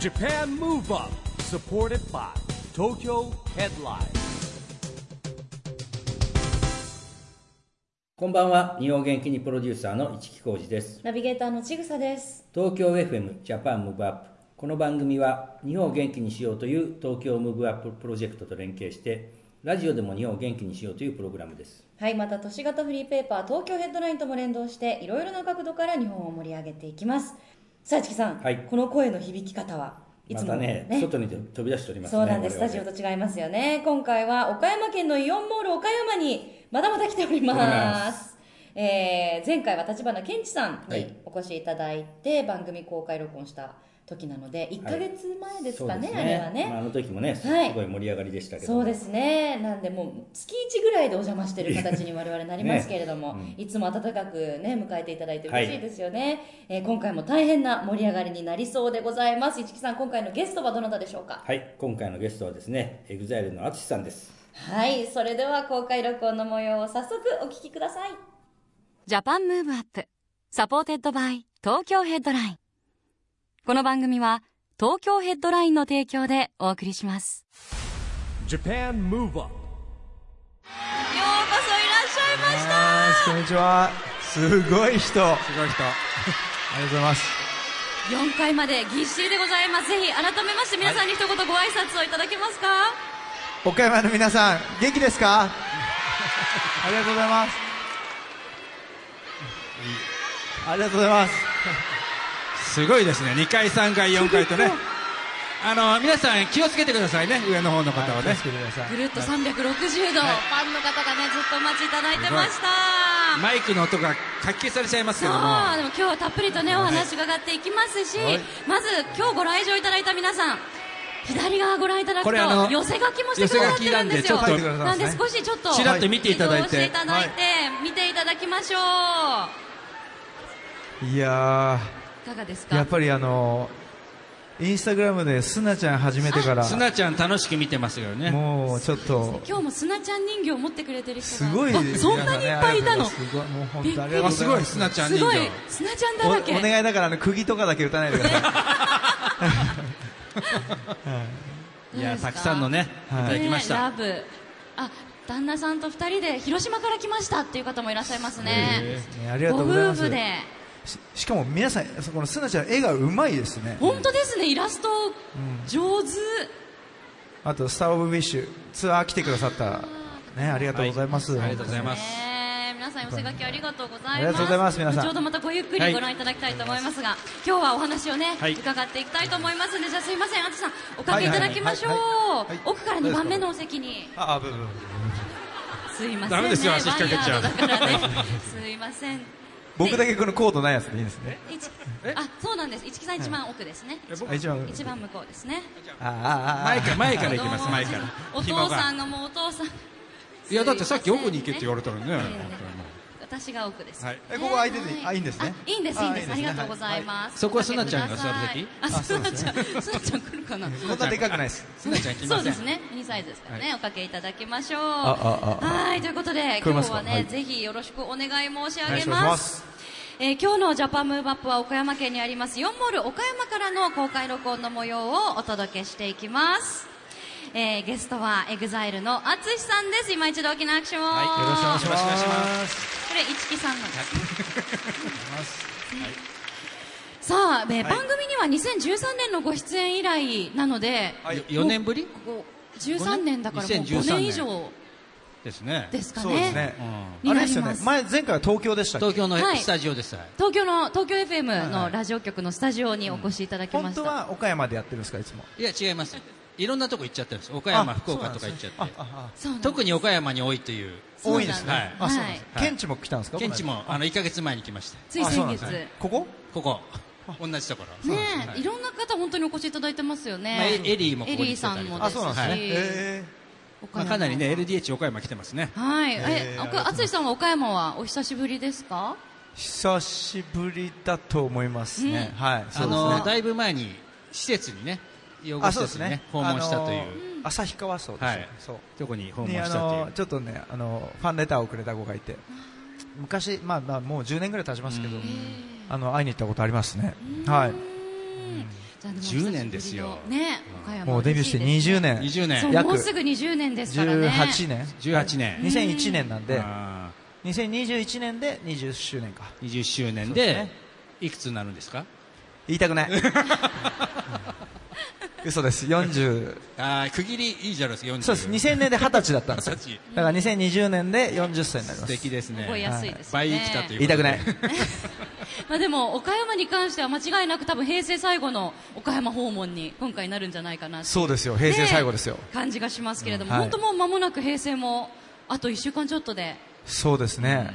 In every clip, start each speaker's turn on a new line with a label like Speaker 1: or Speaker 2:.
Speaker 1: Japan Move Up supported by Tokyo Headline
Speaker 2: こんばんは日本元気にプロデューサーの市木浩司です
Speaker 3: ナビゲーターのちぐさです。
Speaker 2: 東京 FM ジャパンムーブアップこの番組は日本を元気にしようという東京ムーブアッププロジェクトと連携してラジオでも日本を元気にしようというプログラムです
Speaker 3: はい、また都市型フリーペーパー東京ヘッドラインとも連動していろいろな角度から日本を盛り上げていきます。さあ、ちきさん、
Speaker 2: はい
Speaker 3: この声の響き方はい
Speaker 2: ま
Speaker 3: つも
Speaker 2: た
Speaker 3: の
Speaker 2: ね外に飛び出しておりますね
Speaker 3: そうなんです。ス
Speaker 2: 我
Speaker 3: タ
Speaker 2: 々
Speaker 3: ジオと違いますよね。今回は岡山県のイオンモール岡山にまだまだ来ており
Speaker 2: おりま
Speaker 3: ます。えー前回は立花健二さん
Speaker 2: は
Speaker 3: に
Speaker 2: い
Speaker 3: お越しいただいて番組公開録音した時なので1ヶ月前ですかね、
Speaker 2: そう
Speaker 3: あれはね、
Speaker 2: まあ、あの時もねす
Speaker 3: はい
Speaker 2: ごい盛り上がりでしたけども、
Speaker 3: そうですね、なんでもう月1ぐらいでお邪魔してる形に我々なりますけれども、
Speaker 2: ね
Speaker 3: いつも温かく、ね、迎えていただいて嬉しいですよね、えー今回も大変な盛り上がりになりそうでございます、市木さん、今回のゲストはどなたでしょうか。
Speaker 2: はい今回のゲストはですね EXILE の ATSUSHI さんです
Speaker 3: はい、それでは公開録音の模様を早速お聞きください。
Speaker 4: ジャパンムーブアップサポーテッドバイ東京ヘッドラインこの番組は東京ヘッドラインの提供でお送りします
Speaker 1: Japan Move Up
Speaker 5: こんにちは。すごい人。すごい人。ありがとうございます。
Speaker 4: 4回までぎっしりでございますぜひ改めまして皆さんに一言ご挨拶をいただけますか、
Speaker 5: 岡山の皆さん、元気ですか。ありがとうございます。ありがとうございます。すごいですね。2回、3回、4回とね。あの皆さん気をつけてくださいね。上の方の方はね。
Speaker 4: ぐるっと360度、ファンの方がねずっとお待ちいただいてました
Speaker 5: マイクの音がかき消されちゃいますけ
Speaker 4: そう
Speaker 5: ども。
Speaker 4: でも今日はたっぷりとねお話伺っていきますし、
Speaker 5: はい
Speaker 4: まず今日ご来場いただいた皆さん左側ご覧いただく
Speaker 5: これあ
Speaker 4: と
Speaker 5: の
Speaker 4: 寄せ書きもしてくださってるんですよ
Speaker 5: 寄せ書きなんでちょっと
Speaker 4: なんで少しちょっと
Speaker 5: ちらっと見ていただい
Speaker 4: 移
Speaker 5: て
Speaker 4: 動していただいて見ていただきましょう
Speaker 5: いや
Speaker 4: いかがです
Speaker 5: ー、や
Speaker 4: か
Speaker 5: っぱりあのインスタグラムでスナちゃん始めてから。
Speaker 6: すなちゃん楽しく見てますよね。
Speaker 5: もうちょっと
Speaker 4: 今日も砂ちゃん人形を持ってくれてる人
Speaker 5: す
Speaker 4: が
Speaker 5: ごい
Speaker 4: あそんなにいっぱいいたの
Speaker 5: す
Speaker 4: す
Speaker 5: ごいもう本当ありがとうご
Speaker 6: あ、
Speaker 5: ざ
Speaker 6: す
Speaker 5: いま
Speaker 6: ご
Speaker 5: す
Speaker 6: い、すなちゃん人
Speaker 4: ごい
Speaker 6: 形。
Speaker 4: 砂ちゃん
Speaker 5: お
Speaker 4: だらけ
Speaker 5: お願いだからあの釘とかだけ打たないでください
Speaker 6: いや、たくさんのね、いただきまし
Speaker 4: ねラ
Speaker 6: た。
Speaker 4: ブあ旦那さんと二人で広島から来ましたっていう方もいらっしゃいますね
Speaker 5: ねありがとうございます
Speaker 4: ご夫婦で
Speaker 5: ししかも皆さんそこのすなちゃんの絵がうまいですね
Speaker 4: 本当ですねイラスト上手、
Speaker 5: あと「スター・オブ・ウィッシュ」ツアー来てくださったねありがとうございます、
Speaker 6: ありがとうございます。
Speaker 4: ねえ皆さん寄せ書きありがとうございます
Speaker 5: ありがとうございます皆さん
Speaker 4: 後ほどまたごゆっくりご覧いただきたいと思いますが、今日はお話をね、
Speaker 6: はい
Speaker 4: 伺っていきたいと思いますのでじゃあすいませんあつさんおかけいただきましょう、
Speaker 5: はいはいはいはい
Speaker 4: 奥から2番目のお席に
Speaker 5: ああぶぶぶ
Speaker 4: すいませんね
Speaker 6: ダメですよ足引っ掛けちゃ
Speaker 4: ワ
Speaker 6: う
Speaker 4: イヤーだからねすいません
Speaker 5: 僕だけこのコードないやつでいいんですね
Speaker 4: いちあそうなんです一木さん一番奥ですね、
Speaker 5: あ一番
Speaker 4: 一番向こうですね
Speaker 5: ああああ
Speaker 6: 前から、前から行きます、
Speaker 4: あの
Speaker 6: 前から。
Speaker 4: お父さんがもうお父さん
Speaker 6: いや、だってさっき奥に行けって言われたのにね。
Speaker 4: 私が奥です、
Speaker 6: はい
Speaker 5: えここ空いててあいいんですね
Speaker 4: あいいんです
Speaker 5: あ
Speaker 4: いいんですあ
Speaker 5: いいんですね
Speaker 4: りがとうございます、
Speaker 6: いそこはすなちゃんが座る席
Speaker 4: あすなちゃんすなちゃん来るかな
Speaker 5: こんなでかくないです
Speaker 6: すなちゃん来ま
Speaker 4: そう
Speaker 6: せ
Speaker 4: で
Speaker 6: ん
Speaker 4: す。ね2歳ですからね、おかけいただきましょう
Speaker 5: ああ
Speaker 4: はいということで
Speaker 5: 聞こえ
Speaker 4: 今
Speaker 5: ます
Speaker 4: 日
Speaker 5: か
Speaker 4: はね、
Speaker 5: はい
Speaker 4: ぜひよろしくお願い申し上
Speaker 5: お願い
Speaker 4: げ
Speaker 5: しま
Speaker 4: ますすえー今日のジャパンムーブアップは岡山県にあります4モール岡山からの公開録音の模様をお届けしていきます、えーゲストは EXILE の ATSUSHI さんです今一度大きな拍手を、
Speaker 6: はいよろしくお願いします
Speaker 5: す
Speaker 4: これ一木さんのですね、さあ、えー番組には2013年のご出演以来なので、
Speaker 5: はい
Speaker 6: よ4年ぶり
Speaker 4: ここ13年だからもう
Speaker 6: 2013
Speaker 4: 5年以上
Speaker 6: ですね。
Speaker 4: ですかね。
Speaker 5: そうですね
Speaker 4: うん
Speaker 5: あれですよね
Speaker 4: になります
Speaker 5: 前前回は東京でしたっけ
Speaker 6: 東京の
Speaker 4: はい
Speaker 6: スタジオです。はい
Speaker 4: 東京の東京 FM のラジオ局のスタジオにお越しいただきま
Speaker 5: 本
Speaker 4: した。
Speaker 5: 当は岡山でやってるんですかいつも
Speaker 6: いや、違います。いろんなとこ行っちゃってるんです。岡山、
Speaker 5: あ
Speaker 6: 福岡とか行っちゃ
Speaker 5: そうなんですねあ
Speaker 6: って。
Speaker 5: ああ
Speaker 4: そうなんです
Speaker 6: 特に岡山に多いという。
Speaker 5: 多いんですね
Speaker 6: はい
Speaker 5: あそうなんです
Speaker 4: は
Speaker 6: はい
Speaker 5: 県知も来たんですか
Speaker 6: 現地も、あの、1ヶ月前に来ました。
Speaker 4: つい
Speaker 5: あそう
Speaker 4: 先
Speaker 5: なんで
Speaker 4: 月
Speaker 5: すねここ
Speaker 6: ここ。同じところ。
Speaker 4: ねえ、、
Speaker 6: はい
Speaker 4: ろんな方本当にお越しいただいてますよね。
Speaker 6: まあエエリーもここ
Speaker 4: エリー
Speaker 6: に来てた
Speaker 4: さ
Speaker 6: り
Speaker 4: ん
Speaker 6: と
Speaker 4: もで
Speaker 6: か
Speaker 5: あ
Speaker 4: すし。
Speaker 5: そうなんですねえ
Speaker 4: 岡
Speaker 6: まあ
Speaker 4: 山
Speaker 6: かなりね、LDH 岡山来てますね。
Speaker 4: はい、え
Speaker 5: え、ー
Speaker 4: あく、淳さんは岡山はお久しぶりですか。
Speaker 5: ー久しぶりだと思いますね
Speaker 4: うん
Speaker 5: はい
Speaker 6: あ
Speaker 5: そうです
Speaker 6: の
Speaker 5: ね
Speaker 6: だいぶ前に施設にね、養護
Speaker 5: あ
Speaker 6: 施
Speaker 5: そうで
Speaker 6: 設
Speaker 5: す
Speaker 6: にね
Speaker 5: ね
Speaker 6: 訪問したという、
Speaker 5: あのー旭川荘ですよ
Speaker 6: はい
Speaker 5: そう
Speaker 6: とこに訪問
Speaker 5: に
Speaker 6: し
Speaker 5: あ
Speaker 6: たという
Speaker 5: のー。ちょっとねあのーファンレターをくれた子がいて昔まあまあもう10年ぐらい経ちますけどあの会いに行ったことありますねはい
Speaker 7: 10年ですよ
Speaker 4: ね、岡山
Speaker 5: もうデビューして20年
Speaker 7: 20
Speaker 4: そう
Speaker 7: 年
Speaker 5: 約
Speaker 4: もうすぐ20年ですからね
Speaker 5: 18年
Speaker 7: 18年
Speaker 5: 2001年なんで
Speaker 7: あ
Speaker 5: 2021年で20周年か
Speaker 7: ー20周年
Speaker 5: そうで
Speaker 7: です
Speaker 5: ね
Speaker 7: いくつになるんですか
Speaker 5: 言いたく ない嘘です40
Speaker 7: あー区切りいいじゃないですか40
Speaker 5: そうです2000年で20歳だったんですよ
Speaker 7: 20歳
Speaker 5: だから2020年で40歳になりま
Speaker 7: 素
Speaker 5: す
Speaker 7: 敵ですね
Speaker 4: 覚えやすいですね、
Speaker 7: 倍生きたということで
Speaker 5: 言いたくない
Speaker 4: まあでも岡山に関しては間違いなく多分平成最後の岡山訪問に今回なるんじゃないかなって
Speaker 5: そうですよ平成最後ですよ
Speaker 4: ね感じがしますけれども、
Speaker 5: うんはい
Speaker 4: 本当もう間もなく平成もあと1週間ちょっとで
Speaker 5: そうですね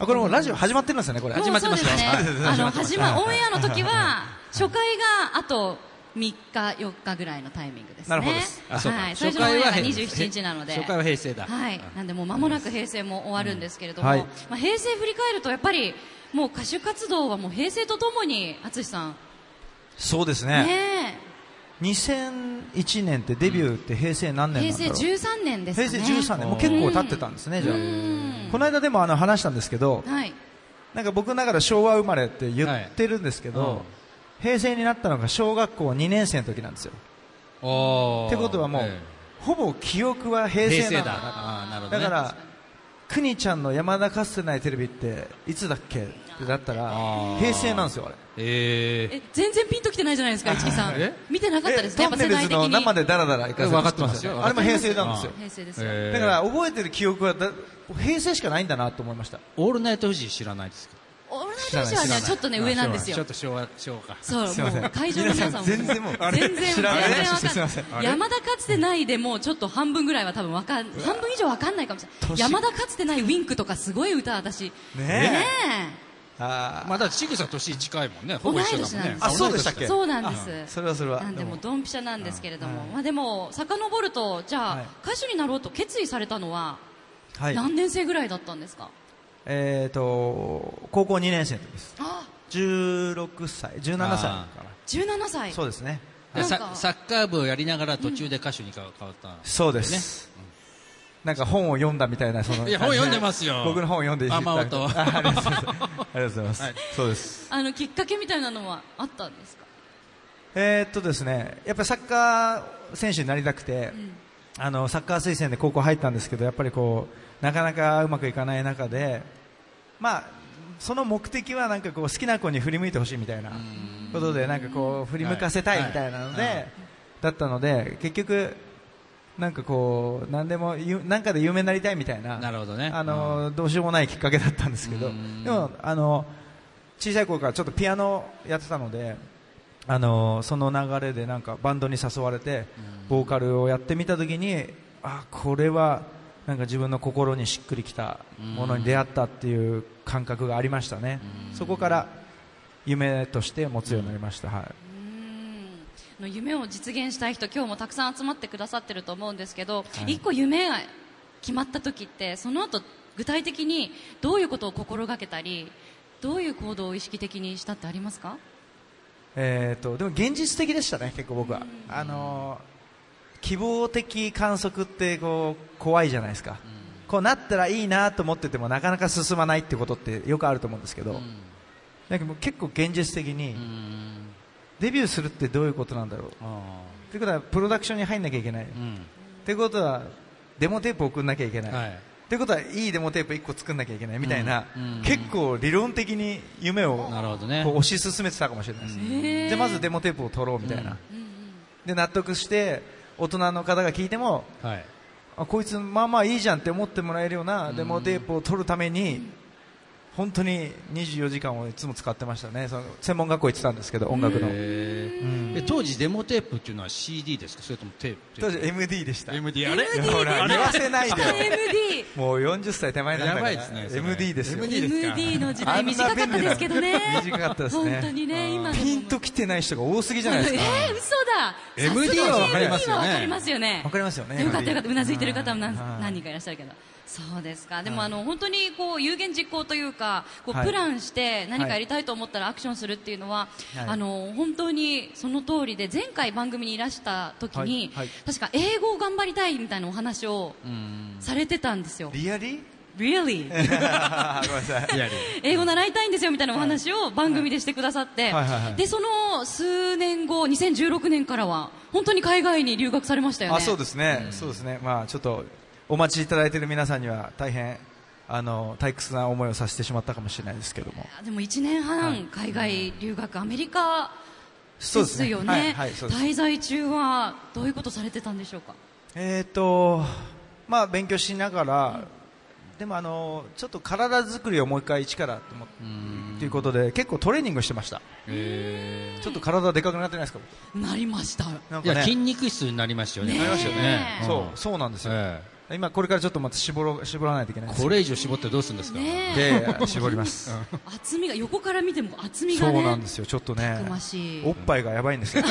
Speaker 5: あこれもうラジオ始まってるんですよねこれ
Speaker 4: もう
Speaker 5: 始まってますよ
Speaker 4: そうですね。あの始ま
Speaker 5: はい
Speaker 4: オンエアの時は初回があと3日4日ぐらいのタイミングですね。
Speaker 5: なるほどです
Speaker 7: あそうか
Speaker 4: はい。最初のオンエアが
Speaker 7: 平
Speaker 4: 27日なので。
Speaker 7: 初回は平成だ
Speaker 4: はい。なんでもう間もなく平成も終わるんですけれども、
Speaker 5: うんはい
Speaker 4: まあ平成振り返るとやっぱりもう歌手活動はもう平成とともに淳さん
Speaker 5: そうですね
Speaker 4: ね
Speaker 5: 2001年ってデビューって平成何
Speaker 4: え
Speaker 5: 年
Speaker 4: 平
Speaker 5: なんだ
Speaker 4: 成
Speaker 5: ろう
Speaker 4: 13年ですか
Speaker 5: 平
Speaker 4: ね。
Speaker 5: 成13年もう結構経ってたんですねじゃあ
Speaker 4: うん
Speaker 5: この間でもあの話したんですけど
Speaker 4: はい。
Speaker 5: なんか僕の中で昭和生まれって言ってるんですけど、
Speaker 7: はいうん
Speaker 5: 平成になったのが小学校2年生の時なんですよ。
Speaker 7: おー
Speaker 5: ってことはもう、
Speaker 7: え
Speaker 5: ほぼ記憶は
Speaker 7: え
Speaker 5: 平
Speaker 7: 平成
Speaker 5: 成な
Speaker 7: だ
Speaker 5: んだな
Speaker 7: あーなるほど
Speaker 5: だ
Speaker 7: ね
Speaker 5: から、くにちゃんの山田かつてないテレビっていつだっけってなったら
Speaker 7: あー
Speaker 5: 平成なんですよ、あれ。
Speaker 7: えー
Speaker 4: え全然ピンときてないじゃないですか市木さん
Speaker 7: え。
Speaker 4: 見てなかったですね。
Speaker 5: え
Speaker 4: やっ
Speaker 5: ト
Speaker 4: ぱ世
Speaker 5: ンネル
Speaker 4: 代
Speaker 5: ズ
Speaker 4: 的
Speaker 5: の
Speaker 4: に。
Speaker 5: 生でダラダラ行かせて
Speaker 7: 分かってますよ
Speaker 5: あれも平成なんですよ。
Speaker 4: 平成ですよ。
Speaker 7: えー
Speaker 5: だから覚えてる記憶はだ平成しかないんだなと思いました。
Speaker 7: オールナイト富士知らないですか
Speaker 4: オールナイトフジは
Speaker 5: 知らな
Speaker 4: ね、
Speaker 5: い
Speaker 4: ちょっとね、上なんです
Speaker 7: ちょ
Speaker 4: よ
Speaker 7: っ。と昭和昭和か
Speaker 4: そう、
Speaker 5: すいません
Speaker 4: もう会場の皆さんも。
Speaker 5: 全然もうあれ
Speaker 4: 全然、
Speaker 5: 知らない
Speaker 4: 全然わ
Speaker 5: すいませ
Speaker 4: か
Speaker 5: ん
Speaker 4: んない。山田かつてないでもうちょっと半分ぐらいは多分わかん、半分以上わかんないかもしれない。
Speaker 5: 年
Speaker 4: 山田かつてないウィンクとかすごい歌、私。ね
Speaker 5: えあ
Speaker 7: まあだってちぐさ年近いもんねほぼ
Speaker 4: 同い
Speaker 7: 一緒だも
Speaker 4: 年
Speaker 7: んね
Speaker 4: なんです
Speaker 5: あそうでしたっけ
Speaker 4: そうなんで
Speaker 5: あ
Speaker 4: す。
Speaker 5: それはそれは
Speaker 4: なんでもう
Speaker 5: で
Speaker 4: ドンピシャなんですけれども
Speaker 5: はい。
Speaker 4: まあでも、遡ると、じゃ
Speaker 5: は
Speaker 4: あ
Speaker 5: い、
Speaker 4: 歌手になろうと決意されたのは、
Speaker 5: あ、はい。
Speaker 4: 何年生ぐらいだったんですか
Speaker 5: えー、と高校2年生の時です
Speaker 4: あ、
Speaker 5: 16歳17歳
Speaker 7: あ
Speaker 5: か
Speaker 4: 17
Speaker 5: な
Speaker 4: 歳。
Speaker 5: そうですね
Speaker 7: で
Speaker 4: なん
Speaker 7: さ
Speaker 4: か
Speaker 7: サッカー部をやりながら途中で歌手に変わ変わった
Speaker 5: そうです、なんか本を読んだみたいなその
Speaker 7: いや本読んでますよ
Speaker 5: 僕の本を読んでいただい
Speaker 7: 雨音
Speaker 5: あありがとうご ざいますありがとうございます、
Speaker 7: はい
Speaker 5: そうです
Speaker 4: あの、きっかけみたいなのはあったんですか
Speaker 5: えー、っとですねやっぱりサッカー選手になりたくて、あのサッカー推薦で高校入ったんですけどやっぱりこうなかなかうまくいかない中でまあその目的はなんかこう好きな子に振り向いてほしいみたいなことでなんかこう振り向かせたいみたいなので、
Speaker 7: はいはい
Speaker 5: だったので結局なんかこう何でもゆなんかで有名になりたいみたいな
Speaker 7: なるほどね
Speaker 5: あの、どうしようもないきっかけだったんですけどでもあの小さい頃からちょっとピアノやってたのであのその流れでなんかバンドに誘われてボーカルをやってみた時にあこれはなんか自分の心にしっくりきたものに出会ったっていう感覚がありましたねそこから夢として持つようになりました、はい、
Speaker 4: うんあの夢を実現したい人今日もたくさん集まってくださってると思うんですけど、一個夢が決まった時ってその後具体的にどういうことを心がけたりどういう行動を意識的にしたってありますか
Speaker 5: えー、とでも現実的でしたね、結構僕は。あのー希望的観測ってこう怖いじゃないですか、こうなったらいいなと思っててもなかなか進まないってことってよくあると思うんですけど、なんかもう結構現実的に、
Speaker 7: うん
Speaker 5: デビューするってどういうことなんだろう、っ
Speaker 7: あ
Speaker 5: てことはプロダクションに入んなきゃいけない、
Speaker 7: ーうん
Speaker 5: ってことはデモテープ送んなきゃいけない、
Speaker 7: はい
Speaker 5: ってことはいいデモテープ1個作んなきゃいけないみたいな、
Speaker 7: うんうん
Speaker 5: 結構理論的に夢を
Speaker 7: なるほどね
Speaker 5: こう推し進めてたかもしれないです、
Speaker 4: へー
Speaker 5: でまずデモテープを取ろうみたいな、で納得して大人の方が聞いても
Speaker 7: はい
Speaker 5: あこいつまあまあいいじゃんって思ってもらえるようなデモテープを取るために、本当に24時間をいつも使ってましたねその専門学校行ってたんですけど音楽の
Speaker 7: へーえ当時デモテープっていうのは CD ですかそれともテープ
Speaker 5: 当時 MD でした
Speaker 7: MD あれ
Speaker 5: ほら言わせないでよ
Speaker 4: MD
Speaker 5: もう40歳手前なんだから
Speaker 7: やばいですねそれ
Speaker 5: MD ですよ
Speaker 7: MD いいですか
Speaker 4: MD の時代短かったですけどね
Speaker 5: あんな便利な短かったですね
Speaker 4: 本当にね今の
Speaker 5: ピンときてない人が多すぎじゃないです
Speaker 4: え
Speaker 5: か
Speaker 4: ー、嘘だ
Speaker 7: MD はわかりますよね
Speaker 4: さすがに MD はわかりますよね
Speaker 5: わかりますよね
Speaker 4: よかったよかったうなずいてる方も何
Speaker 5: はい
Speaker 4: 何人かいらっしゃるけどそうですかでもあの本当にこう有言実行というかこ
Speaker 5: は
Speaker 4: う
Speaker 5: い
Speaker 4: プランして何かやりたいと思ったらアクションするっていうのは
Speaker 5: はい
Speaker 4: あの本当にその通りで前回番組にいらした時に
Speaker 5: はいはい
Speaker 4: 確か英語を頑張りたいみたいなお話をされてたんですよ
Speaker 5: リアリ
Speaker 4: Really?
Speaker 5: ごめんなさい。
Speaker 7: リアル
Speaker 4: 英語習いたいんですよみたいなお話を番組でしてくださって、
Speaker 5: はいはいはい
Speaker 4: でその数年後、2016年からは本当に海外に留学されましたよね。
Speaker 5: あそうですね、そうですね、まあ、ちょっとお待ちいただいている皆さんには大変あの退屈な思いをさせてしまったかもしれないですけども、
Speaker 4: あでも1年半、海外留学、アメリカ
Speaker 5: そう
Speaker 4: で
Speaker 5: ですね
Speaker 4: すよ
Speaker 5: はい
Speaker 4: ね、
Speaker 5: はいそうです
Speaker 4: 滞在中はどういうことされてたんでしょうか、
Speaker 5: えーとまあ、勉強しながら、でもあのちょっと体作りをもう一回一からと思ってということで結構トレーニングしてました、ちょっと体でかくなってないですか、僕
Speaker 4: なりました、
Speaker 5: なん
Speaker 6: い
Speaker 5: か
Speaker 6: や筋
Speaker 5: ね、
Speaker 6: 肉質になりましたよね。
Speaker 4: ねえなりましたよね
Speaker 6: ん
Speaker 5: そうそうなんですよ、
Speaker 6: え
Speaker 5: 今、これからちょっとまた絞ろ絞らないといけない
Speaker 6: え
Speaker 5: です
Speaker 6: これ以上絞ってどうするんですか。
Speaker 4: ねえ
Speaker 5: で絞 ります、
Speaker 4: 厚みが横から見ても厚み
Speaker 5: そ
Speaker 4: が
Speaker 5: うなんで
Speaker 4: ね、
Speaker 5: すよ、ちょっとね
Speaker 4: たくましい
Speaker 5: おっぱいがやばいんです よ。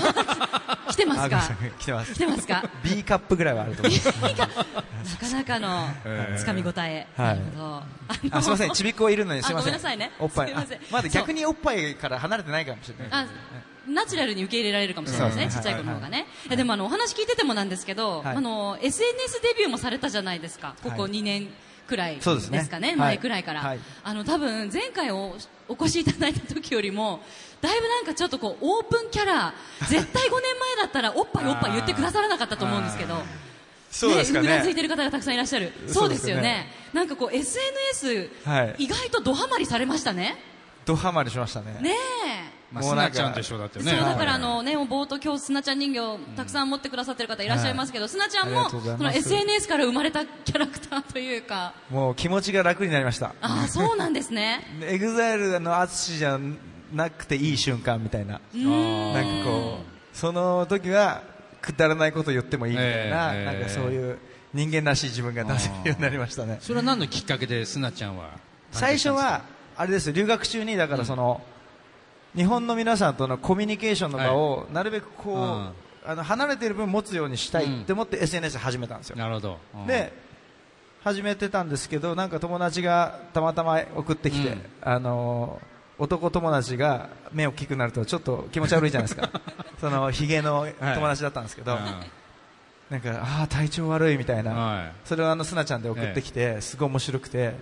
Speaker 4: 来てます
Speaker 5: あごめん
Speaker 4: か
Speaker 5: なさ、い来てます
Speaker 4: 来てますか、
Speaker 5: B カップぐらいはあると 思います。
Speaker 4: なかなかのつかみ応え、
Speaker 5: はい
Speaker 4: なるほど
Speaker 5: あすみません、ちびっこいるのに
Speaker 4: あ
Speaker 5: すみません。
Speaker 4: ごめんなさいね
Speaker 5: おっぱ
Speaker 4: す
Speaker 5: い。
Speaker 4: いません
Speaker 5: あまだ逆におっぱいから離れてないかもしれない。
Speaker 4: あナチュラルに受け入れられるかもしれないですね、
Speaker 5: そ
Speaker 4: ち
Speaker 5: う
Speaker 4: っ
Speaker 5: です
Speaker 4: ち
Speaker 5: ね
Speaker 4: ゃい子の方がね。いやでもあのお話聞いててもなんですけど、
Speaker 5: はい
Speaker 4: あの SNS デビューもされたじゃないですか、ここ
Speaker 5: はい
Speaker 4: 2年くらいで
Speaker 5: そうですね
Speaker 4: すかね、
Speaker 5: はい
Speaker 4: 前くらいから、
Speaker 5: はい
Speaker 4: あの多分前回おお越しいただいた時よりも、だいぶなんかちょっとこうオープンキャ ラ、絶対5年前だったらおっぱいおっぱい言ってくださらなかったと思うんですけど。
Speaker 5: そうですか
Speaker 4: うなずい
Speaker 5: ね。
Speaker 4: てる方がたくさんいらっしゃる、そ
Speaker 5: そうう
Speaker 4: で
Speaker 5: ですす
Speaker 4: よ
Speaker 5: よね
Speaker 4: ね、なんかこう SNS、
Speaker 5: はい
Speaker 4: 意外とドハマりされましたね、
Speaker 5: ドハマりしましたね。
Speaker 4: ねえ。
Speaker 6: まあ、
Speaker 5: もう
Speaker 6: す
Speaker 5: な
Speaker 6: なん
Speaker 5: か
Speaker 6: ちゃんと一緒だっ
Speaker 4: そ
Speaker 6: て
Speaker 4: う
Speaker 6: ね。
Speaker 4: だから
Speaker 6: は
Speaker 4: あ
Speaker 6: い
Speaker 4: のね、冒頭、今日すなちゃん人形、たくさん持ってくださってる方いらっしゃいますけど、すなちゃん
Speaker 5: あり
Speaker 4: も
Speaker 5: がとうござい
Speaker 4: そ
Speaker 5: ま
Speaker 4: の
Speaker 5: す
Speaker 4: SNS から生まれたキャラクターというか、
Speaker 5: もう気持ちが楽になりました。
Speaker 4: ああ、そうなんですね、
Speaker 5: エグザイルの淳じゃなくていい瞬間みたいな。なんかこう、その時はくだらないこと言ってもいいみたいな、
Speaker 6: ええ
Speaker 5: なんかそういう人間らしい自分が出せるようになりましたね。
Speaker 6: それは何のきっかけで、すなちゃんは。
Speaker 5: 最初は、あれですよ留学中にだからその、日本の皆さんとのコミュニケーションの場をなるべくこう、
Speaker 6: うん
Speaker 5: あの離れている分持つようにしたいって思って SNS 始めたんですよ、
Speaker 6: なるほど。うん
Speaker 5: で始めてたんですけどなんか友達がたまたま送ってきて、
Speaker 6: うん
Speaker 5: あのー男友達が目大きくなるとちょっと気持ち悪いじゃない ですかそのヒゲの友達だったんですけど、なんかああ体調悪いみたいな、
Speaker 6: はい
Speaker 5: それをあのすなちゃんで送ってきて、すごい面白くて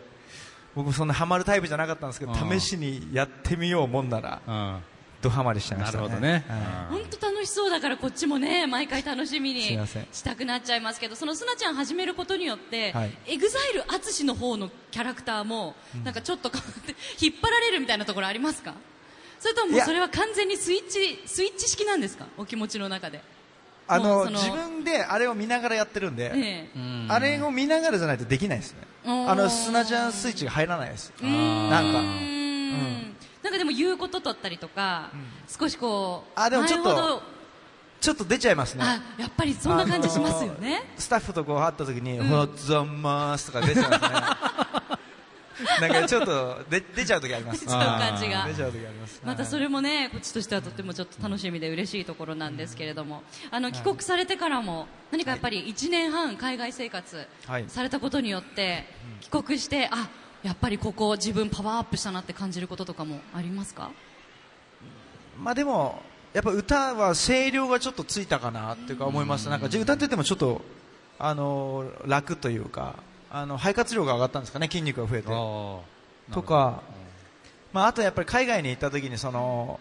Speaker 5: 僕もそんなハマるタイプじゃなかったんですけど
Speaker 6: あー
Speaker 5: 試しにやってみようもんなら
Speaker 6: うん
Speaker 5: ドハマりしちゃいま
Speaker 6: な
Speaker 5: し
Speaker 6: る
Speaker 5: たね
Speaker 6: ほどね。
Speaker 5: は
Speaker 6: うん
Speaker 4: 本当楽しそうだから、こっちもね、毎回楽しみに
Speaker 5: すいません
Speaker 4: したくなっちゃいますけど、そのすなちゃん始めることによって
Speaker 5: はい、
Speaker 4: エグザイル淳の方のキャラクターも、なんかちょっと変わって、 引っ張られるみたいなところありますかそれともも
Speaker 5: いうや
Speaker 4: それは完全にスイッチ、スイッチ式なんですか、お気持ちの中で。
Speaker 5: あ
Speaker 4: もう
Speaker 5: の
Speaker 4: その
Speaker 5: 自分であれを見ながらやってるんで、
Speaker 4: ええ
Speaker 5: あれを見ながらじゃないとできないですね
Speaker 4: おー
Speaker 5: あのすなちゃんスイッチが入らないです
Speaker 4: うーん
Speaker 5: なんか
Speaker 4: うんなんかでも言うことだったりとか、少しこう、
Speaker 5: あでもちょっと
Speaker 4: 前ほど
Speaker 5: ちょっと出ちゃいますね
Speaker 4: あやっぱりそんな感じしますよね。
Speaker 5: スタッフとこう会った時に「おはようございます」とか出ちゃうん ですねなんかちょっとで出ちゃう時あります
Speaker 4: 出 ちゃう感じが
Speaker 5: 出ちゃう時あります
Speaker 4: またそれもね、こっちとしてはとてもちょっと楽しみで嬉しいところなんですけれども、あの帰国されてからも、何かやっぱり1年半海外生活
Speaker 5: はい
Speaker 4: されたことによって、帰国して、あやっぱりここ自分パワーアップしたなって感じることとかもありますか
Speaker 5: まあでもやっぱ歌は声量がちょっとついたかなっていうか思いますなんかじ歌っててもちょっとあの楽というかあの肺活量が上がったんですかね筋肉が増えて
Speaker 6: あー
Speaker 5: と、か、まあ、あとやっぱり海外に行った時にその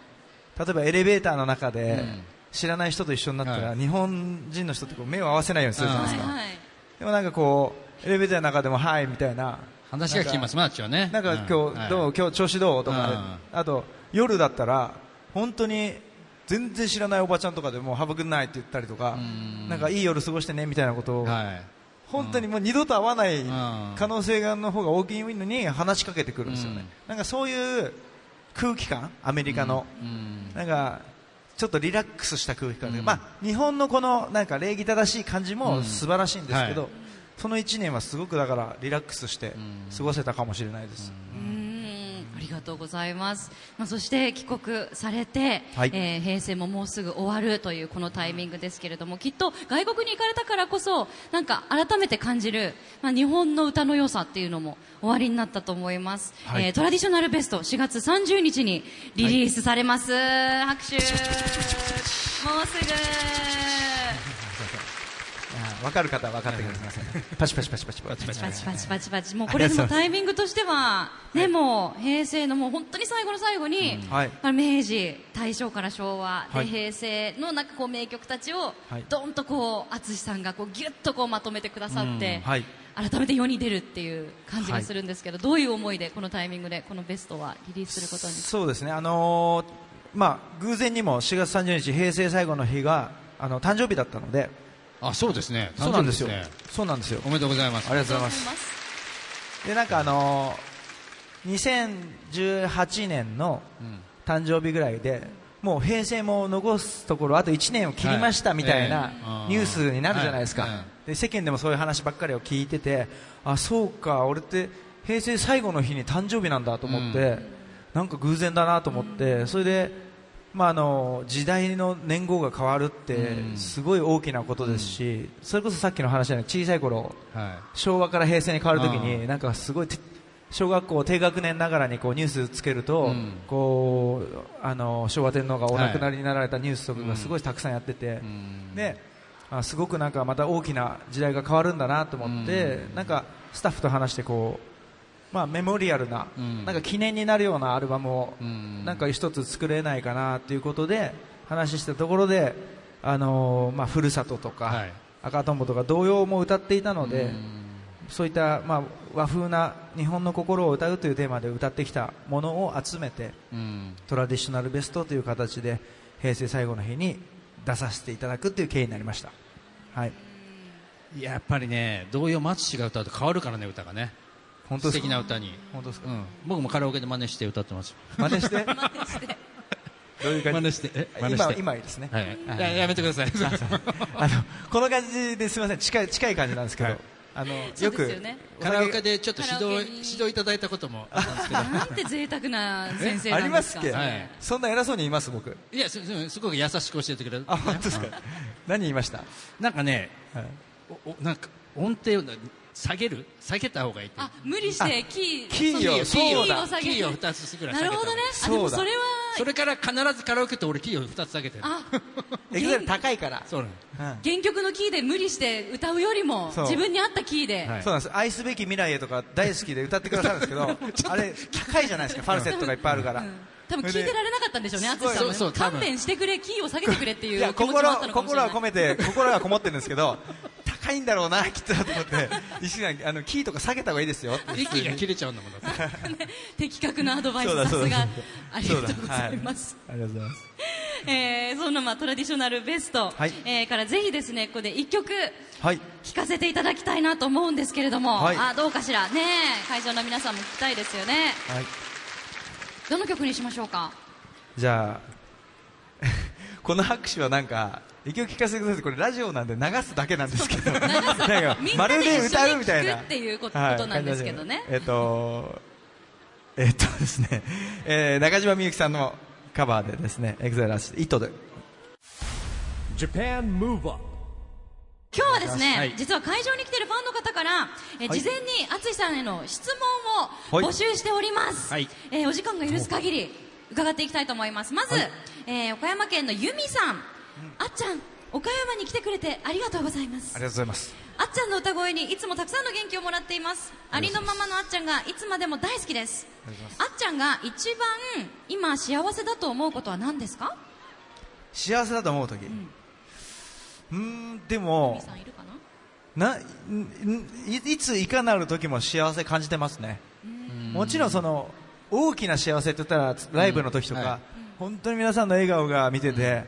Speaker 5: 例えばエレベーターの中で
Speaker 6: ん
Speaker 5: 知らない人と一緒になったら、
Speaker 6: はい
Speaker 5: 日本人の人ってこう目を合わせないようにするじゃないで
Speaker 4: は
Speaker 5: す
Speaker 4: い
Speaker 5: か、
Speaker 4: はい。
Speaker 5: でもなんかこうエレベーターの中でも「はい」みたいな
Speaker 6: 話が聞きます、まあ、あっちはね。
Speaker 5: なんか今日どう、
Speaker 6: う
Speaker 5: 今日調子どうとか、あと夜だったら本当に全然知らないおばちゃんとかでもハブくんないって言ったりとか、なんかいい夜過ごしてねみたいなことを、
Speaker 6: はいはい。
Speaker 5: 本当にもう二度と会わない
Speaker 6: ん
Speaker 5: 可能性がの方が大きいのに話しかけてくるんですよね、なんかそういう空気感、アメリカの、なんかちょっとリラックスした空気感で、まあ、日本のこのなんか礼儀正しい感じも素晴らしいんですけど、
Speaker 6: はい
Speaker 5: その1年はすごくだからリラックスして過ごせたかもしれないです。
Speaker 4: うんありがとうございます、まあ、そして帰国されて、
Speaker 5: はい
Speaker 4: えー平成ももうすぐ終わるというこのタイミングですけれどもきっと外国に行かれたからこそなんか改めて感じる、まあ、日本の歌の良さっていうのも終わりになったと思います、
Speaker 5: はい
Speaker 4: えートラディショナルベスト4月30日にリリースされます、拍手もうすぐ
Speaker 5: 分かる方は分かってください パチパチパチパチパチパチ
Speaker 4: パチパチパチパチ、もうこれでもタイミングとしては、ね、もう平成のもう本当に最後の最後に、
Speaker 5: はい
Speaker 4: あの明治、大正から昭和、で
Speaker 5: はい
Speaker 4: 平成のなんかこう名曲たちを
Speaker 5: はい、
Speaker 4: どんとこう、淳さんがこうギュッとこうまとめてくださって、
Speaker 5: はい
Speaker 4: 改めて世に出るっていう感じがするんですけど、どういう思いでこのタイミングでこのベストはリリースすることに。
Speaker 5: そうですね、あのーまあ、偶然にも4月30日、平成最後の日があの誕生日だったので、
Speaker 6: あ、そうですね。
Speaker 5: そうなんですよ
Speaker 6: 誕生日ね、
Speaker 5: そうなんですよ、
Speaker 6: おめでとうございます。
Speaker 5: ありがとうございます。でなんかあのー2018年の
Speaker 6: うん
Speaker 5: 誕生日ぐらいで、もう平成も残すところあと1年を切りました
Speaker 6: はい
Speaker 5: みたい
Speaker 6: ええあ
Speaker 5: な
Speaker 6: ー
Speaker 5: ニュースになるじゃないですか、
Speaker 6: はいはい
Speaker 5: で世間でもそういう話ばっかりを聞いてて、あそうか、俺って平成最後の日に誕生日なんだと思って、なんか偶然だなと思って、それで、まあ、あの時代の年号が変わるって
Speaker 6: うん
Speaker 5: すごい大きなことですし、それこそさっきの話じゃない小さい頃
Speaker 6: は
Speaker 5: 昭和から平成に変わるとき
Speaker 6: う
Speaker 5: になんかすごいて小学校低学年ながらにこうニュースつけると、
Speaker 6: うん
Speaker 5: こうあの昭和天皇がお亡くなりになられたニュースとか
Speaker 6: は
Speaker 5: が
Speaker 6: い
Speaker 5: すごいたくさんやってて、
Speaker 6: い。うん
Speaker 5: であすごくなんかまた大きな時代が変わるんだなと思って、なんかスタッフと話してこう、まあ、メモリアルな,、
Speaker 6: うん
Speaker 5: なんか記念になるようなアルバムを
Speaker 6: うん
Speaker 5: なんか一つ作れないかなということで話したところで、あのーまあ、ふるさととか、
Speaker 6: はい
Speaker 5: 赤とんぼとか童謡も歌っていたので、
Speaker 6: うん
Speaker 5: そういった、まあ、和風な日本の心を歌うというテーマで歌ってきたものを集めて
Speaker 6: うん
Speaker 5: トラディショナルベストという形で平成最後の日に出させていただくという経緯になりました、はい、
Speaker 6: やっぱりね、童謡松氏が歌うと変わるからね、歌がね。
Speaker 5: 本当
Speaker 6: 素
Speaker 5: です
Speaker 6: 敵
Speaker 5: か
Speaker 6: な歌に。
Speaker 5: 本当ですか
Speaker 6: うん。僕もカラオケで真似して歌ってます。
Speaker 5: 真似して どういう
Speaker 6: 真
Speaker 5: 感
Speaker 6: 似
Speaker 5: じ
Speaker 6: して。え真似し
Speaker 5: 今
Speaker 6: て。
Speaker 5: 今いいですね、
Speaker 6: はい。いややめてください。
Speaker 5: あのこの感じですみません近い近い感じなんですけど、あの
Speaker 4: そう
Speaker 5: よ
Speaker 4: ですよ
Speaker 5: く
Speaker 4: ね。
Speaker 6: カラオケでちょっと指導
Speaker 4: カラオケに
Speaker 6: 指導いただいたこともあったんですけ ど。
Speaker 4: なんて贅沢な先生
Speaker 5: あ
Speaker 4: な
Speaker 5: り
Speaker 4: ん
Speaker 5: ま
Speaker 4: です
Speaker 5: す
Speaker 4: か。
Speaker 5: っけ、
Speaker 6: はい
Speaker 5: そんな偉そうに言います僕
Speaker 6: いやすすすごく優しく教えてくれる
Speaker 5: あ本当 ですか何言いました、
Speaker 6: なんかね
Speaker 5: はい
Speaker 6: おおなんか音程をな下げる下げた方がいいって
Speaker 4: あ、無理してキー、
Speaker 5: キー
Speaker 4: そう
Speaker 5: をそう
Speaker 4: キーを
Speaker 5: だ
Speaker 4: 下
Speaker 6: キ
Speaker 4: げ
Speaker 6: ーを
Speaker 4: る。
Speaker 6: 2つぐらい
Speaker 4: な
Speaker 6: 下げ
Speaker 4: るほ
Speaker 6: た方が
Speaker 4: ど
Speaker 6: いい
Speaker 4: ね。あ、
Speaker 5: そうだ
Speaker 4: でもそれは、
Speaker 6: それから必ずカラオケって俺キーを2つ下げてる
Speaker 4: あ、
Speaker 5: エグザイル高いから、
Speaker 6: そうな
Speaker 5: う
Speaker 6: の
Speaker 5: ん
Speaker 4: 原曲のキーで無理して歌うよりも
Speaker 5: そう
Speaker 4: 自分に合ったキーで、
Speaker 6: はい
Speaker 5: そうなんです愛すべき未来へとか大好きで歌ってくださるんですけ どあれ高いじゃないですかファルセットがいっぱいあるから、
Speaker 4: 多分聞いてられなかったんでしょうね、
Speaker 5: すご
Speaker 4: 淳
Speaker 5: い
Speaker 4: さんも
Speaker 6: そうそう
Speaker 4: ね
Speaker 6: 多分
Speaker 4: 勘弁してくれ、キーを下げてくれって
Speaker 5: い
Speaker 4: い
Speaker 5: や
Speaker 4: う気持ちも
Speaker 5: 心
Speaker 4: あったのかもしれ
Speaker 5: 心
Speaker 4: な
Speaker 5: はい込。めて心はこもってるんですけど高いんだろうなきっとと思って石井さんあのキーとか下げた方がいいですよって
Speaker 6: 息が切れちゃうんだもんだって
Speaker 4: 的確なアドバイ
Speaker 5: そ
Speaker 4: ス、
Speaker 5: うだ
Speaker 4: さ
Speaker 5: そう
Speaker 4: す
Speaker 5: だ
Speaker 4: が
Speaker 5: そうだ。
Speaker 4: ありがとうございます。
Speaker 5: ありがとうございます
Speaker 4: えーそんなまあトラディショナルベスト、
Speaker 5: はい
Speaker 4: えーからぜひですね、ここで一曲、
Speaker 5: はい
Speaker 4: 聞かせていただきたいなと思うんですけれども、
Speaker 5: はい
Speaker 4: あどうかしらねえ会場の皆さんも聞きたいですよね
Speaker 5: はい
Speaker 4: どの曲にしましょうか
Speaker 5: じゃあ この拍手はなんか一曲聞かせてくださいこれラジオなんで流すだけなんです けどなんか
Speaker 4: みん
Speaker 5: ま
Speaker 4: な
Speaker 5: る
Speaker 4: で
Speaker 5: で
Speaker 4: 一
Speaker 5: 歌
Speaker 4: 緒
Speaker 5: う
Speaker 4: に
Speaker 5: みたい
Speaker 4: 聴く
Speaker 5: な
Speaker 4: っていうこと
Speaker 5: はい
Speaker 4: なんですけどね
Speaker 5: えっとえっとですね、えー中島みゆきさんのカバーでですねエグザイラス「糸」で
Speaker 1: Japan Move Up
Speaker 4: 今日はですね、
Speaker 6: はい
Speaker 4: 実は会場に来てるファンの方から、えー
Speaker 5: はい
Speaker 4: 事前に淳さんへの質問
Speaker 5: はい
Speaker 4: を募集しております、
Speaker 6: はい
Speaker 4: えーお時間が許す限り伺っていきたいと思いますまず、えー岡山県の由美さん、あっちゃん岡山に来てくれてありがとうございます
Speaker 5: ありがとうございます
Speaker 4: あっちゃんの歌声にいつもたくさんの元気をもらっていますありのままのあっちゃんがいつまでも大好きですあっちゃんが一番今幸せだと思うことは何ですか
Speaker 5: 幸せだと思う時うんんでも
Speaker 4: みさんいるかな
Speaker 5: なんいいついかなる時も幸せ感じてますねもちろんその大きな幸せって言ったらライブの時とか、
Speaker 6: うんはい
Speaker 5: 本当に皆さんの笑顔が見てて、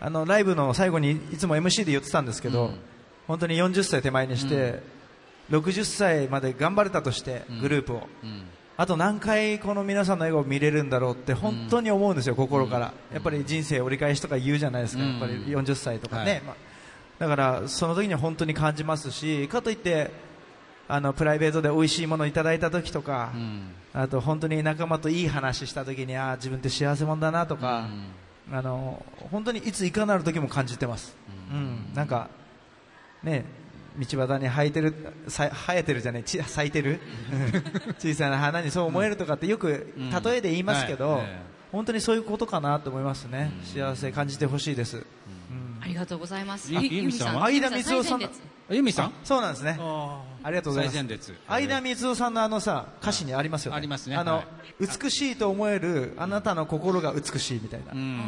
Speaker 5: あのライブの最後にいつも MC で言ってたんですけど、
Speaker 6: うん
Speaker 5: 本当に40歳手前にして、60歳まで頑張れたとしてグループを、
Speaker 6: うん
Speaker 5: あと何回この皆さんの笑顔見れるんだろうって本当に思うんですよ、心から、やっぱり人生折り返しとか言うじゃないですか、
Speaker 6: うん
Speaker 5: やっぱり40歳とかね、
Speaker 6: はい
Speaker 5: まあだからその時には本当に感じますし、かといってあのプライベートで美味しいものをいただいた時とか、
Speaker 6: うん
Speaker 5: あと本当に仲間といい話した時にあー自分って幸せ者だなとか、あの本当にいついかなる時も感じてます、うんなんかね道端に生えてるさ生えてるじゃないち咲いて る小さな花にそう思えるとかってよく
Speaker 6: うん
Speaker 5: 例えで言いますけど、
Speaker 6: はいええ
Speaker 5: 本当にそういうことかなと思いますね、幸せ感じてほしいです、うん
Speaker 4: ありがとうございます
Speaker 6: ゆゆみさんは
Speaker 5: 相田光夫さん
Speaker 4: ゆみ最前
Speaker 5: だ
Speaker 4: 列
Speaker 6: 由美さん
Speaker 5: そうなんですね
Speaker 6: あ
Speaker 5: ありがとうございます
Speaker 6: 最前列
Speaker 5: 相田みつおさんのあのさ歌詞にありますよね
Speaker 6: ありますね
Speaker 5: あの、
Speaker 6: はい
Speaker 5: 美しいと思えるあなたの心が美しいみたいな、
Speaker 6: うん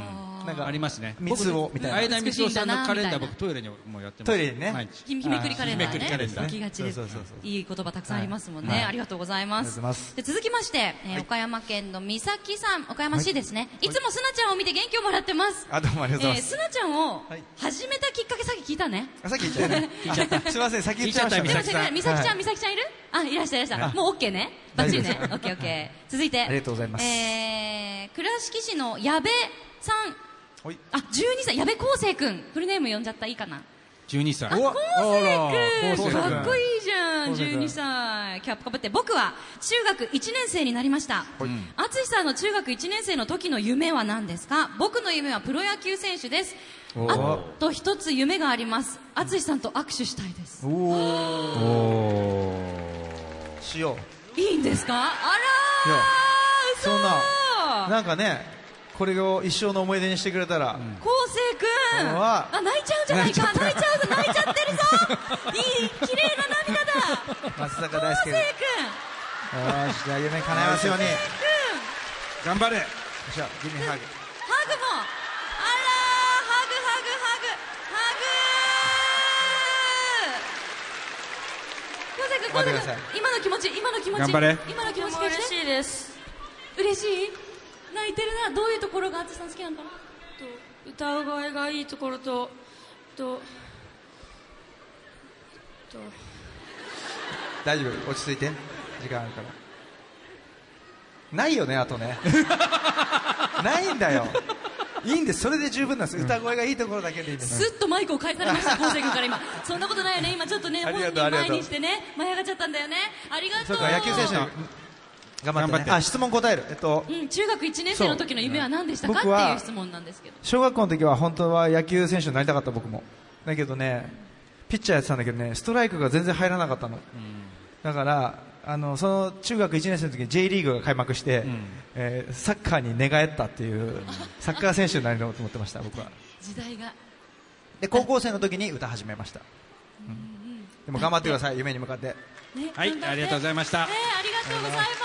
Speaker 5: なんか
Speaker 6: ありますね
Speaker 5: みつおみたいな
Speaker 6: 相田みつおさんのカレンダ
Speaker 4: 美しいんだなみたいな
Speaker 6: ー僕トイレにもやってます
Speaker 5: トイレにね
Speaker 6: 毎日
Speaker 4: ひひめくりカレンダー
Speaker 6: ひめくりカレ
Speaker 4: ね
Speaker 6: ンダー
Speaker 4: 聞きがちです
Speaker 5: そうそうそうそう
Speaker 4: いい言葉たくさんありますもんね、
Speaker 5: はい
Speaker 4: ありがとうございます
Speaker 5: ありがとうございます
Speaker 4: で続きまして、えー岡山県の美咲さん岡山市ですね、い、つもすなちゃんを見て元気をもらってます
Speaker 5: あどうもありがとうございます
Speaker 4: えー、すなちゃんを
Speaker 5: はい
Speaker 4: 始めたきっかけさっき聞いたね
Speaker 5: あさっき言ったよねすいません先言っちゃいま
Speaker 4: で
Speaker 5: した
Speaker 6: 美
Speaker 4: も
Speaker 6: 咲
Speaker 4: さ
Speaker 6: さん
Speaker 4: 美咲ちゃん、
Speaker 5: はい
Speaker 4: 美咲ちゃんいるあ、いらっしゃいいらっしゃい。もう OK ね。バッチリね。OK、OK。続いて。
Speaker 5: ありがとうございます
Speaker 4: えー、倉敷市の矢部さん。
Speaker 5: はい
Speaker 4: あ、12歳、矢部康生くん。フルネーム呼んじゃったらいいかな。
Speaker 6: 12歳
Speaker 5: うわ
Speaker 4: 康生
Speaker 5: 康
Speaker 4: く
Speaker 5: 生
Speaker 4: ん
Speaker 5: 君
Speaker 4: かっこいいじゃん
Speaker 5: 康生君
Speaker 4: 12歳キャップかぶって僕は中学1年生になりました淳さんの中学1年生の時の夢は何ですか僕の夢はプロ野球選手です
Speaker 5: お
Speaker 4: あと一つ夢があります淳さんと握手したいです
Speaker 5: しよ
Speaker 4: いいんですかあ
Speaker 5: う
Speaker 4: ら
Speaker 5: いや
Speaker 4: ー嘘
Speaker 5: そんな
Speaker 4: な
Speaker 5: なんかねこれを一生の思い出にしてくれたら、
Speaker 4: 昴生くん
Speaker 5: うわ
Speaker 4: あ泣いちゃうんじゃないか泣いちゃう泣いちゃってるぞいい綺麗な涙 だ
Speaker 5: 松坂
Speaker 4: 昴
Speaker 5: 大
Speaker 4: 生
Speaker 5: 輔
Speaker 4: く
Speaker 5: 君よ
Speaker 4: ん
Speaker 5: しじゃあ夢叶えますようによ
Speaker 7: 頑張れ
Speaker 5: っしゃギミハグ
Speaker 4: ハグもあらーハグハグハグハグー
Speaker 5: 待って
Speaker 4: 昴
Speaker 5: くださ
Speaker 4: 生君昴生君
Speaker 5: い
Speaker 4: 今の気持ち今の気持ち
Speaker 7: 頑張れ
Speaker 4: 今の気持ち
Speaker 8: も
Speaker 4: 聞
Speaker 8: 嬉
Speaker 4: い
Speaker 8: していです
Speaker 4: 嬉しい泣いてるなどういうところが淳さん好きなのかな
Speaker 8: と歌う声がいいところととと
Speaker 5: 大丈夫落ち着いて時間あるからないよねあと ねないんだよいいんですそれで十分なんです、歌声がいいところだけでいいんです
Speaker 4: スッとマイクを返されました昴生君から今そんなことないよね今ちょっとね
Speaker 5: あ
Speaker 4: 本
Speaker 5: りがとう
Speaker 4: 人
Speaker 5: ありが
Speaker 4: 前
Speaker 5: とう
Speaker 4: にしてね舞い上がっちゃったんだよねありがと
Speaker 5: そううか野球選手の頑張って,、ね、
Speaker 7: 頑張って
Speaker 5: あ質問答えるえっと
Speaker 4: うん、中学1年生の時の夢は何でしたかって
Speaker 5: そう僕は
Speaker 4: いう質問なんですけど
Speaker 5: 小学校の時は本当は野球選手になりたかった僕もだけどねピッチャーやってたんだけどねストライクが全然入らなかったの、だからあのその中学1年生の時に J リーグが開幕して、えーサッカーに寝返ったっていうサッカー選手になりようと思ってました僕は
Speaker 4: 時代が
Speaker 5: で高校生の時に歌始めました、でも頑張ってください夢に向かって
Speaker 4: ね
Speaker 6: はいありがとうございました
Speaker 4: ねありがとうございました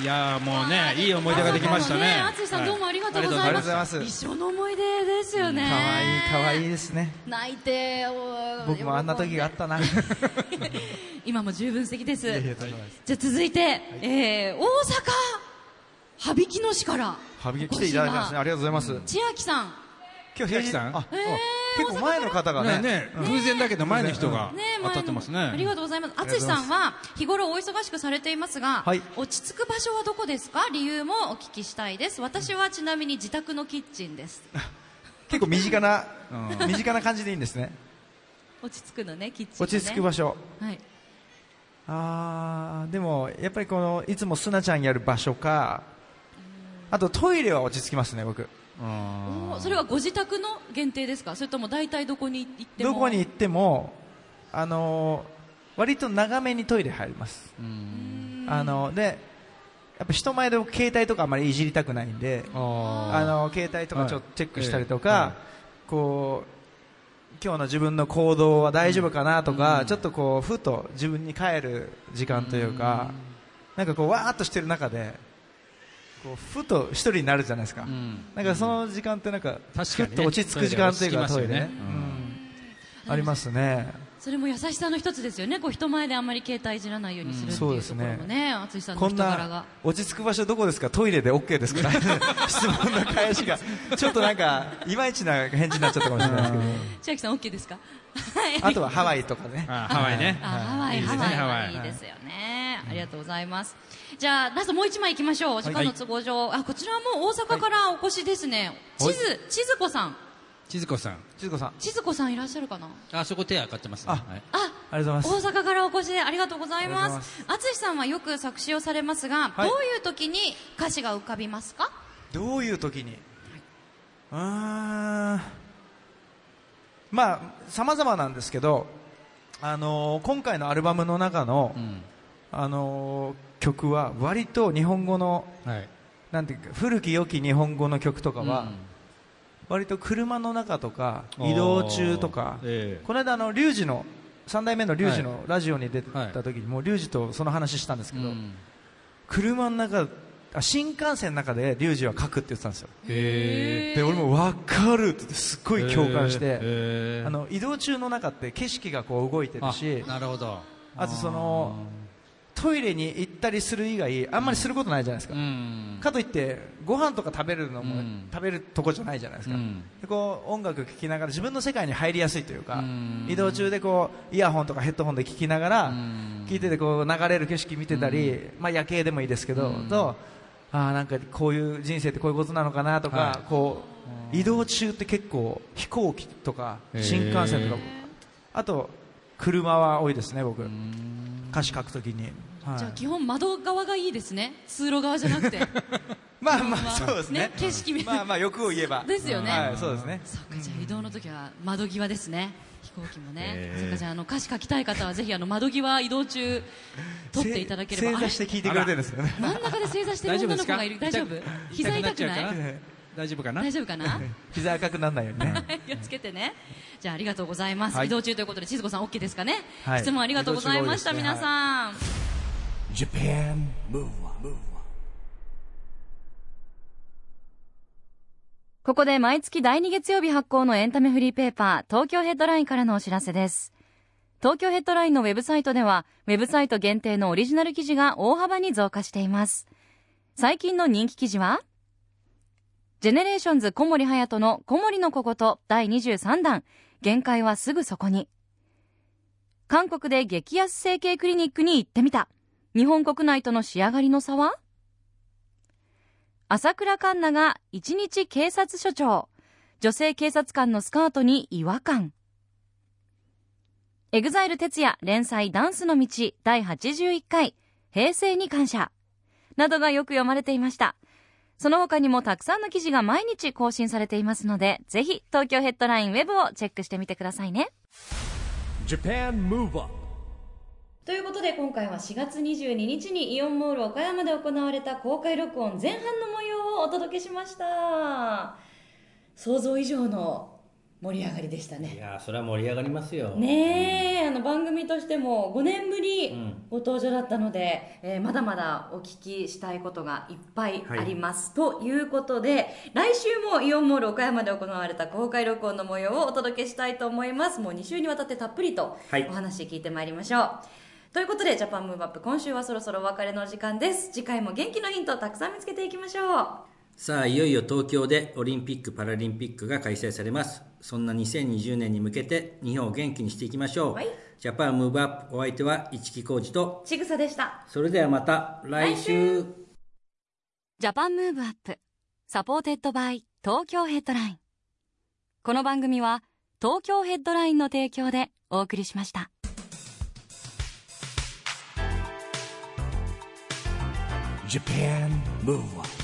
Speaker 6: いやーもうねいい思い出ができましたね
Speaker 4: あついさんどうもありがとうご
Speaker 5: あ
Speaker 4: ざいま。
Speaker 5: りがとうございますす
Speaker 4: 一生の思い出ですよね。
Speaker 5: 可愛い可愛いですね
Speaker 4: 泣いて、お
Speaker 5: 僕もあんな時があったな
Speaker 4: 今も十分素敵です。
Speaker 5: いやいやとんでもないです
Speaker 4: じゃあ続いて、えー、大阪羽曳野市から
Speaker 5: はびき来ていただいたんですねありがとうございます
Speaker 4: 千秋さん。
Speaker 5: 今日平
Speaker 6: 千秋
Speaker 5: 日
Speaker 6: さん
Speaker 5: あ結構前の方がね
Speaker 6: ねね偶然だけど前の人が
Speaker 4: ねえ、
Speaker 6: 当たってますね
Speaker 4: ありがとうございます。淳さんは日頃お忙しくされていますが、
Speaker 5: はい
Speaker 4: 落ち着く場所はどこですか？理由もお聞きしたいです。私はちなみに自宅のキッチンです。
Speaker 5: 結構身近な、身近な感じでいいんですね
Speaker 4: 落ち着くのね、キッチン、ね。
Speaker 5: 落ち着く場所
Speaker 4: はい。
Speaker 5: あーでもやっぱりこのいつもすなちゃんやる場所かあとトイレは落ち着きますね僕
Speaker 4: おーそれはご自宅の限定ですかそれとも大体どこに行っても
Speaker 5: どこに行ってもあのー割と長めにトイレ入りますあのでやっぱ人前で僕携帯とかあまりいじりたくないんで
Speaker 6: あ
Speaker 5: あの携帯とかちょっ
Speaker 6: は
Speaker 5: と
Speaker 6: い
Speaker 5: チェックしたりとか、
Speaker 6: ええは
Speaker 5: こう今日の自分の行動は大丈夫かなとか、ちょっとこうふと自分に帰る時間というか、なんかこうわーっとしてる中でこうふと一人になるじゃないですか、
Speaker 6: ん
Speaker 5: なんかその時間ってなんか
Speaker 6: 確かに
Speaker 5: ふっ
Speaker 6: ね
Speaker 5: と落ち着く時間というか
Speaker 6: トイレ落ち着きますよね
Speaker 5: うんありますね
Speaker 4: それも優しさの一つですよねこう人前であんまり携帯いじらないようにするっていうとこ
Speaker 5: そうです
Speaker 4: ろ
Speaker 5: ね
Speaker 4: もね淳さんの
Speaker 5: こん
Speaker 4: 人柄
Speaker 5: な
Speaker 4: が
Speaker 5: 落ち着く場所どこですかトイレで OK ですか 質問の返しがちょっとなんかいまいちな返事になっちゃったかもしれないですけど
Speaker 4: 千秋さん OK ですかはい
Speaker 5: あとはハワイとかね
Speaker 6: あハワイね
Speaker 4: あハワイ、
Speaker 6: いいで
Speaker 4: ハ
Speaker 6: すね
Speaker 4: ワイは
Speaker 6: ハワイ
Speaker 4: いいですよね、ありがとうございますじゃあラストもう一枚いきましょうお時間の都合上、あこちらはもう大阪からお越しですね、
Speaker 5: はい
Speaker 4: 地図千鶴子さん
Speaker 6: 千鶴子さん
Speaker 5: 千鶴子さんあ
Speaker 4: 千鶴子さんいらっしゃるかな
Speaker 6: あそこ手上がってます
Speaker 5: あ
Speaker 6: ねはい
Speaker 4: あ
Speaker 5: りがとうございます
Speaker 4: 大阪からお越しでありがとうござい
Speaker 5: ありがとう
Speaker 4: ま
Speaker 5: ござ
Speaker 4: す。淳さんはよく作詞をされますが、
Speaker 5: はい
Speaker 4: どういう時に歌詞が浮かびますか？
Speaker 5: どういう時にうーんまあ様々なんですけどあのー今回のアルバムの中の、
Speaker 6: ん
Speaker 5: あのー曲は割と日本語の
Speaker 6: はい
Speaker 5: なんていうか古き良き日本語の曲とかは、割と車の中とか移動中とか、
Speaker 7: ええ
Speaker 5: この間あのリュウジの3代目のリュウジのラジオに出て
Speaker 6: はい
Speaker 5: た時にもうリュウジとその話したんですけど、
Speaker 6: うん
Speaker 5: 車の中あ新幹線の中でリュウジは書くって言ってたんですよ
Speaker 6: へ
Speaker 5: で俺も分かるって言ってすっごい共感して、
Speaker 6: え
Speaker 5: あの移動中の中って景色がこう動いてるし
Speaker 6: なるほど
Speaker 5: あとそのトイレに行ったりする以外あんまりすることないじゃないですか、
Speaker 6: うん
Speaker 5: かといってご飯とか食べるのも、
Speaker 6: うん
Speaker 5: 食べるとこじゃないじゃないですか、
Speaker 6: うん
Speaker 5: でこう音楽聴きながら自分の世界に入りやすいというか、
Speaker 6: うん
Speaker 5: 移動中でこうイヤホンとかヘッドホンで聴きながら、
Speaker 6: うん
Speaker 5: 聴いててこう流れる景色見てたり、まあ、夜景でもいいですけど、とあーなんかこういう人生ってこういうことなのかなとか、
Speaker 6: はい
Speaker 5: こう移動中って結構飛行機とか新幹線とか、
Speaker 6: へー
Speaker 5: あと車は多いですね、僕歌詞書くときに。はい
Speaker 9: じゃあ基本窓側がいいですね通路側じゃなくて
Speaker 5: まあまあそうですね
Speaker 9: ね景色見る
Speaker 5: まあまあ欲を言えば
Speaker 9: ですよね
Speaker 5: はいそうですね
Speaker 9: そうかじゃあ移動の時は窓際ですね飛行機もね、そうかじゃああの歌詞書きたい方はぜひあの窓際移動中撮っていただければ
Speaker 5: 正
Speaker 9: あ
Speaker 5: 座
Speaker 9: れ
Speaker 5: して聞いてくれてるんですよね
Speaker 9: 真ん中で正座してる
Speaker 6: 大丈
Speaker 9: 女
Speaker 6: 夫で
Speaker 9: の子
Speaker 6: すか
Speaker 9: がいる大丈夫膝痛くない
Speaker 6: っちゃうか大丈夫かな
Speaker 9: 大丈夫かな
Speaker 5: 膝赤くならないようにね
Speaker 9: 気をつけてねじゃあありがとうございます、
Speaker 5: はい
Speaker 9: 移動中ということで千鶴子さん OK ですかね、
Speaker 5: はい
Speaker 9: 質問ありがとうございました、
Speaker 5: 移動中多い
Speaker 9: 皆
Speaker 5: ですね
Speaker 9: さん、
Speaker 1: Japan Move Up
Speaker 4: ここで毎月第2月曜日発行のエンタメフリーペーパー、東京ヘッドラインからのお知らせです。東京ヘッドラインのウェブサイトでは、ウェブサイト限定のオリジナル記事が大幅に増加しています。最近の人気記事は、ジェネレーションズ小森隼人の小森の小言第23弾、限界はすぐそこに。韓国で激安整形クリニックに行ってみた。日本国内との仕上がりの差は朝倉環奈が一日警察署長女性警察官のスカートに違和感エグザイル哲也連載「ダンスの道」第81回「平成に感謝」などがよく読まれていましたその他にもたくさんの記事が毎日更新されていますのでぜひ東京ヘッドラインウェブをチェックしてみてくださいね
Speaker 1: Japan Move Up
Speaker 3: ということで今回は4月22日にイオンモール岡山で行われた公開録音前半の模様をお届けしました想像以上の盛り上がりでした
Speaker 2: い
Speaker 3: ね
Speaker 2: やーそれは盛り上がりますよ
Speaker 3: ねえあの番組としても5年ぶり
Speaker 2: うん
Speaker 3: ご登場だったので、えーまだまだお聞きしたいことがいっぱいあります、ということで来週もイオンモール岡山で行われた公開録音の模様をお届けしたいと思いますもう2週にわたってたっぷりと
Speaker 2: はい
Speaker 3: お話聞いてまいりましょう、ということでジャパンムーブアップ今週はそろそろお別れの時間です次回も元気のヒントをたくさん見つけていきましょう
Speaker 2: さあいよいよ東京でオリンピック・パラリンピックが開催されますそんな2020年に向けて日本を元気にしていきましょう、
Speaker 3: はい
Speaker 2: ジャパンムーブアップお相手は市木浩二と
Speaker 3: ちぐさでした
Speaker 2: それではまた来週
Speaker 4: ジャパンムーブアップサポーテッドバイ東京ヘッドラインこの番組は東京ヘッドラインの提供でお送りしました
Speaker 1: Japan Move Up